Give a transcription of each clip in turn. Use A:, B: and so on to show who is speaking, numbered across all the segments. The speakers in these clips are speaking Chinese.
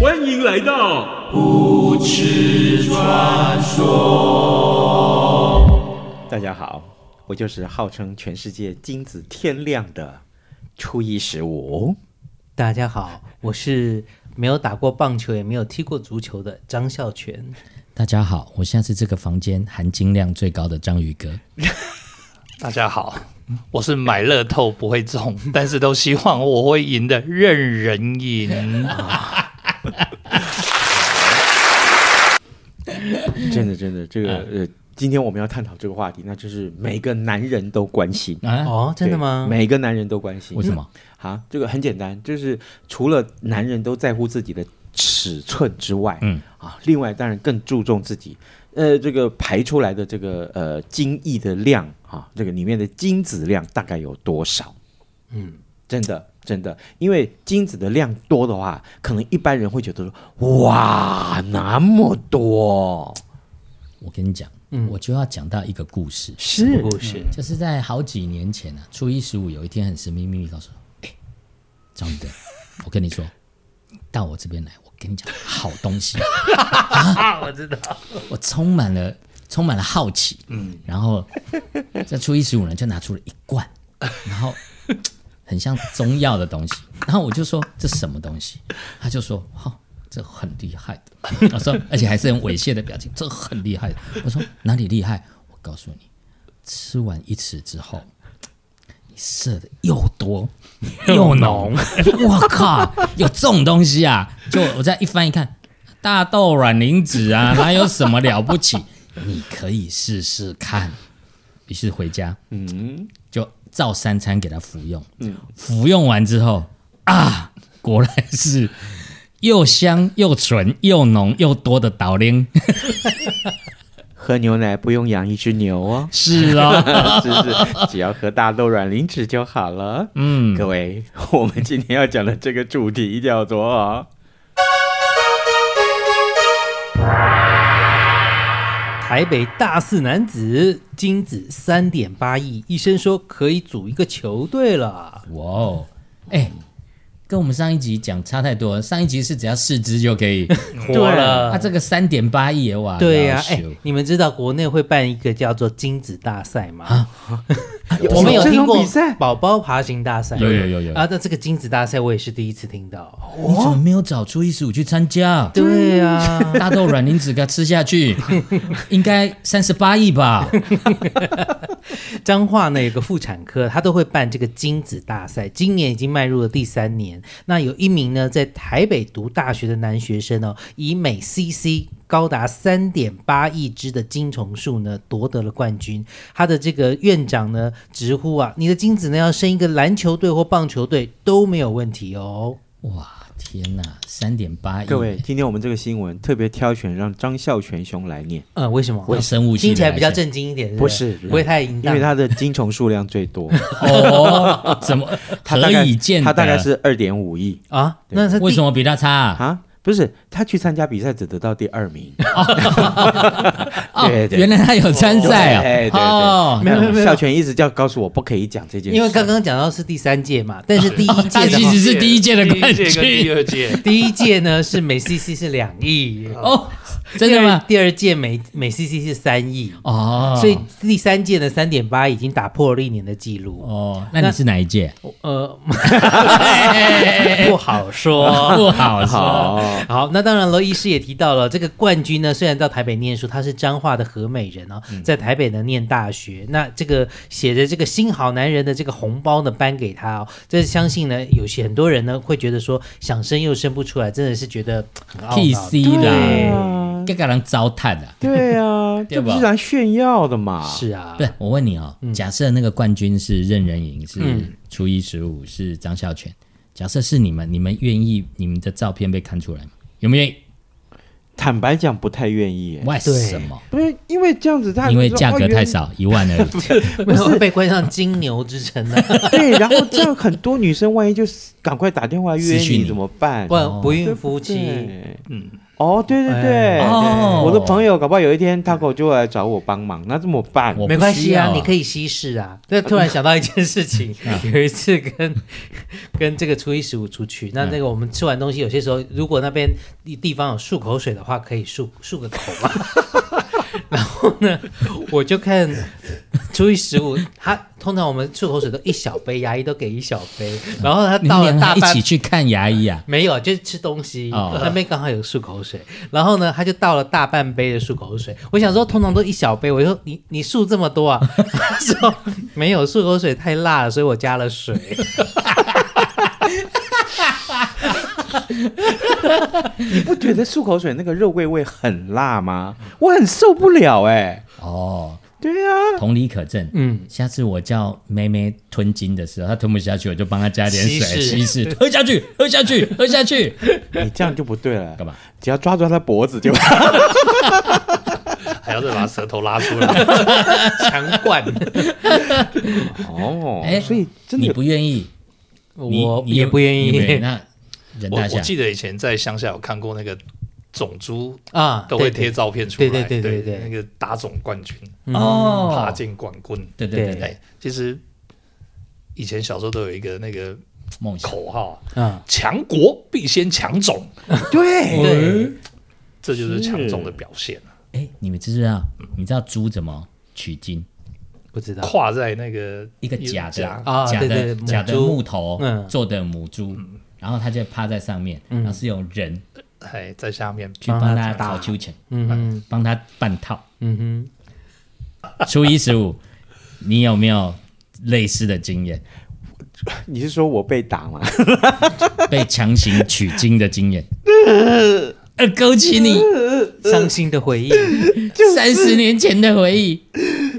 A: 欢迎来到
B: 大家好，我就是号称全世界金子天亮的初一十五。
C: 大家好，啊我是没有打过棒球也没有踢过足球的张孝全。
D: 大家好，我现在是这个房间含金量最高的章鱼哥。
E: 大家好，我是买乐透不会中，但是都希望我会赢的任人赢。
B: 真的，真的，这个呃，今天我们要探讨这个话题，那就是每个男人都关心。
D: 啊，
C: 哦，真的吗
B: 对？每个男人都关心。
D: 为什么？
B: 啊，这个很简单，就是除了男人都在乎自己的尺寸之外，
D: 嗯
B: 啊，另外当然更注重自己，呃，这个排出来的这个呃精液的量啊，这个里面的精子量大概有多少？嗯，真的真的，因为精子的量多的话，可能一般人会觉得说，哇，那么多，
D: 我跟你讲，我就要讲到一个故事，
C: 是故事，
D: 就是在好几年前啊，初一十五有一天很神秘秘密告诉我，哎，章鱼哥，我跟你说，你到我这边来，我跟你讲好东西。啊
E: 啊我知道，
D: 我充满了充满了好奇，嗯，然后在初一十五呢，就拿出了一罐，然后很像中药的东西，然后我就说这什么东西，他就说哦，这很厉害的，我说而且还是很猥亵的表情，这很厉害的，我说哪里厉害？我告诉你，吃完一匙之后。你射的又多 又浓， 我靠，有这种东西啊！就我再一翻一看，大豆卵磷脂啊，哪有什么了不起？你可以试试看。于是回家，嗯，就照三餐给他服用，服用完之后啊，果然是又香又纯又浓又多的导灵，。
B: 喝牛奶不用养一只牛哦
D: 是哦，
B: 是是，只要喝大豆软磷脂就好了。
D: 嗯，
B: 各位， 我们今天要讲的这个主题叫做
C: 台北大四男子金子三点八亿，医生说可以组一个球队了。
D: 哇哦，哎。跟我们上一集讲差太多了，上一集是只要四肢就可 以，
E: 活了。
D: 啊，这个三点八亿耶哇！
C: 呃对呀、
D: 老
C: 哎、
D: 朽
C: 你们知道国内会办一个叫做金子大赛 吗？
B: 有
C: 我们有
B: 这
C: 听
B: 种
C: 过
B: 比赛
C: 宝宝爬行大赛，
D: 有有有有
C: 啊。那这个金子大赛我也是第一次听到。
D: 你怎么没有找初一十五去参 加？
C: 对啊，
D: 大豆软磷脂给它吃下去，应该三十八亿吧？
C: 彰化呢有个妇产科，他都会办这个精子大赛，今年已经迈入了第三年。那有一名呢在台北读大学的男学生哦，以每 CC 高达三点八亿只的精虫数呢夺得了冠军。他的这个院长呢直呼啊，你的精子呢要生一个篮球队或棒球队都没有问题哦。
D: 哇，天哪，三点八亿！
B: 各位，，今天我们这个新闻特别挑选让张孝全兄来念，
C: 嗯，为什么？
D: 为生物系
C: 听起来
D: 的
C: 比较
D: 还是
C: 震惊一点，
B: 不是
C: 不会太淫
B: 因
C: 荡，
B: 为他的精虫数量最多，
D: 哦，怎么
B: 他大
D: 何
B: 概
D: 以见得？
B: 他大概是二点五亿
C: 啊，那他
D: 为什
C: 么？
D: 么比他差啊？
B: 啊，不是他去参加比赛只得到第二名，
D: 哦
B: 对对
D: 原来他有参赛
B: 对对
D: 哦。哦，
C: 没有没有没有
B: 孝全一直叫告诉我不可以讲这件事，
C: 因为刚刚讲到是第三届嘛，但是第
E: 哦
C: 一届
D: 他
C: 的
D: 其
C: 话
D: 实是第一届的冠
E: 第一届跟第
D: 军
E: 二届，
C: 第一届呢是每 CC 是两亿，
D: 哦，真的吗？
C: 第二第二届每每 CC 是三亿，
D: 哦，
C: 所以第三届的三点八已经打破了历年的记录。
D: 哦，那你是哪一届？
C: 呃，不好说。
D: 不好说。
B: 好，
C: 好，那当然了，医师也提到了这个冠军呢，虽然到台北念书，他是彰化的和美人哦，
D: 嗯
C: 在台北呢念大学。那这个写着这个新好男人的这个红包呢颁给他哦，这相信呢有些很多人呢会觉得说想生又生不出来，真的是觉得很懊恼。
D: PC
B: 对
D: 啦，
B: 啊，
D: 该给人糟蹋的。
B: 对啊，这不是来炫耀的嘛？
C: 是啊，
D: 对，我问你哦，
B: 嗯
D: 假设那个冠军是任人莹，
C: 嗯
D: 是初一十五，是张孝全，假设是你们，你们愿意你们的照片被看出来吗？有没有愿意？
B: 坦白讲，不太愿意耶。
D: 为
C: 对
D: 什么？
B: 不是因为这样子他，哦
D: 因为价
C: 哦
D: 格太
B: 少。
D: 少， 一万而已。
C: 没有被冠上金牛之称 的，
B: 对，然后这样很多女生万一就是赶快打电话约
D: 私讯
B: 你
D: 你
B: 怎么办？
C: 不
D: 哦
C: 然不孕
B: 对
C: 夫
B: 不
C: 妻。
B: 对
E: 嗯，
B: 哦，对对对，
D: 哦
B: 我的朋友搞不好有一天 Taco 就会来找我帮忙，那怎么办？
D: 我
C: 没关系啊，
D: 不需要啊啊
C: 你可以稀释啊。那突然想到一件事 情，有一次跟跟这个初一十五出去，那那个我们吃完东西，有些时候如果那边地地方有漱口水的话，可以漱漱个口嘛。 然后呢，我就看初一十五，他通常我们漱口水都一小杯，牙医都给一小杯，然后他
D: 你
C: 到了
D: 们
C: 大
D: 俩一
C: 半
D: 起去看牙医啊？
C: 没有，就是吃东西。
D: 哦
C: 那边刚好有漱口水，然后呢，他就倒了大半杯的漱口水。我想说，通常都一小杯，我就说你你漱这么多啊？ 他说没有，漱口水太辣了，所以我加了水。
B: 你不觉得漱口水那个肉桂味很辣吗？我很受不了哎、
D: 哦，
B: 对啊，
D: 同理可证。
C: 嗯，
D: 下次我叫妹妹吞金的时候，她吞不下去，我就帮她加点水
C: 稀
D: 稀释，喝下去，喝下去，喝下去。
B: 你这样就不对了
D: 干。嘛？
B: 只要抓住他脖子就好。
E: 还要再把舌头拉 出来。
C: 强灌。
B: 哦，
D: 哎
B: 所以真
D: 你
B: 的
D: 不愿意，你
C: 我
D: 你
C: 也不愿
D: 你
C: 意
D: 那人
E: 我
D: 大
E: 我
D: 下，
E: 记得以前在乡下有看过那个种猪
C: 啊，
E: 都会
C: 对
E: 贴。照片出来，
C: 对对对对对嗯
E: 那个打总冠军，
D: 哦
E: 爬，进冠军，
D: 对对对对，
E: 哎，其实以前小时候都有一个那个
D: 梦想。
E: 口号啊，
C: 对啊，
E: 强国必先强种，
B: 对，
C: 对，
E: 这就是强种的表现，
D: 哎，你们知不知道？你知道猪怎么取经？
C: 不知道。
E: 跨在那个
D: 一个假的
C: 啊
D: 假
C: 对对
D: 的
C: 母
D: 假的
C: 猪
D: 木头
C: 嗯
D: 做的母猪，然后它就趴在上面，然后是用人
E: 哎，在下面
D: 去帮它搞秋千，
C: 嗯哼，
D: 帮它办套。
C: 嗯哼，
D: 初一十五，你有没有类似的经验？
B: 你是说我被打吗？
D: 被强行取经的经验？ 呃，勾起你
C: 伤心的回忆。
D: 三十年前的回忆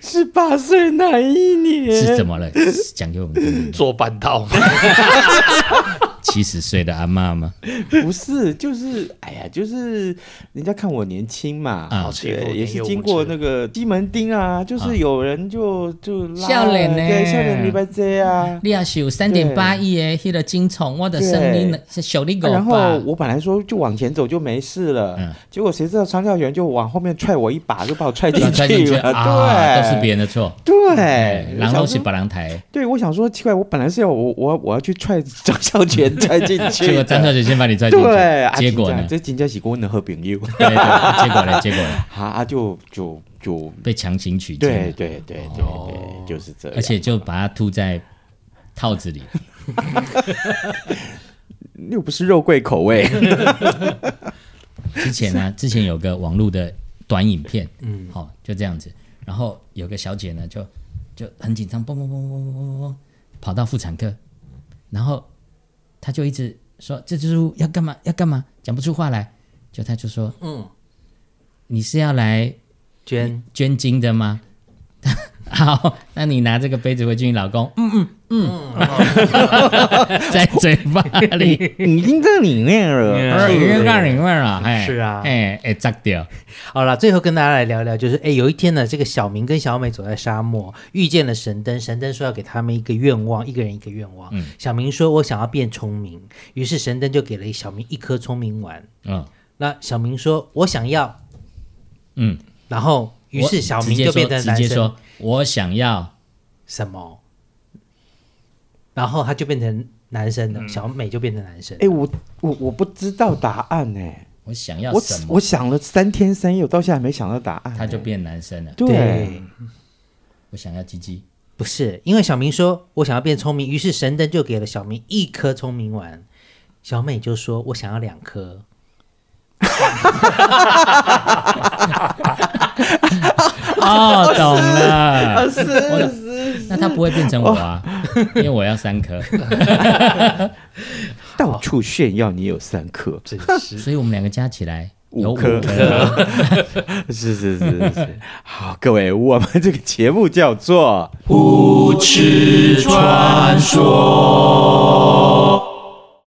B: 十八岁那一年
D: 是怎么了？ 讲给我们听。
E: 做半 套，
D: 七十岁的阿嬷吗？
B: 不是，就是哎呀，就是人家看我年轻嘛，
D: 啊
E: 好欺负
B: 对，也
E: 年
B: 是
E: 幼
B: 经
E: 无
B: 过
E: 知
B: 那个西门町啊，就
D: 啊
B: 是有人就就拉
D: 笑脸呢
B: 对，笑脸礼拜这啊。
D: 你也是有三点八亿的迄个金虫，我的生
B: 对
D: 理能是小你狗
B: 啊然
D: 吧
B: 后我本来说就往前走就没事了，
D: 嗯
B: 结果谁知道张孝全就往后面踹我一把，就把我踹进
D: 把它踹进去
B: 了。
D: 啊，
B: 对，
D: 都是别人的错。哎
B: 对，
D: 然
B: 我
D: 后
B: 想
D: 是
B: 说
D: 把郎台，
B: 对，我想说奇怪，我本来是要我我我要去踹张孝 全踹进去的，
D: 结果张小姐先把你拽进去
B: 对，啊，
D: 结果呢？
B: 这真正是我的好朋友，
D: 对对，对结果呢？结果呢？
B: 啊啊就就就
D: 被强行取经
B: 对
D: 了，
B: 对对对对，就是这样。
D: 而且就把它吐在套子里。
B: 又不是肉桂口味，
D: 之前 呢，之前有个网络的短影片，嗯，好、就这样子。然后有个小姐呢，就就很紧张，嘣嘣嘣嘣嘣嘣嘣，跑到妇产科，然后她就一直说这只猪要干嘛要干嘛，讲不出话来。就她就说，嗯，你是要来
C: 娟，
D: 捐精的吗？ 好，那你拿这个杯子回去，你老公，嗯嗯嗯， 在嘴巴 里，
B: 已经在里面了。
D: 已经让你问了，哎，
C: 是啊
D: 哎哎，炸掉，
C: 好了，最后跟大家来聊聊，就是哎，有一天呢，这个小明跟小美走在沙漠，遇见了神灯。神灯说要给他们一个愿望，一个人一个愿
D: 嗯
C: 望。小明说：“我想要变聪明。”于是神灯就给了小明一颗聪明丸。
D: 嗯
C: 那小明说：“我想要。
D: 嗯。”
C: 然后，于
D: 我
C: 是小
D: 直
C: 明
D: 接
C: 就
D: 说
C: 变成男
D: 直接
C: 生
D: 说，我想要
C: 什么？然后
D: 嗯
C: 他就变成男生了，小美就变成男生。
B: 哎，我我我不知道答案哎，
D: 我想要
B: 我
D: 什么，
B: 我想了三天三夜，我到现在还没想到答案。欸
D: 他就变男生了。
B: 对，
D: 我想要鸡 鸡，
C: 不是，因为小明说我想要变聪明，于是神灯就给了小明一颗聪明丸，小美就说我想要两颗。
D: 哦，懂了。
B: 啊是
D: 我懂那他不会变成我 啊，
C: 哦
D: 因为我要三颗，
B: 到处炫耀你有三颗，
E: 真是
D: 所以我们两个加起来有
B: 五
D: 五
B: 颗
D: 颗。，
B: 是是是是是。 好，各位，我们这个节目叫做
E: 吃穿说。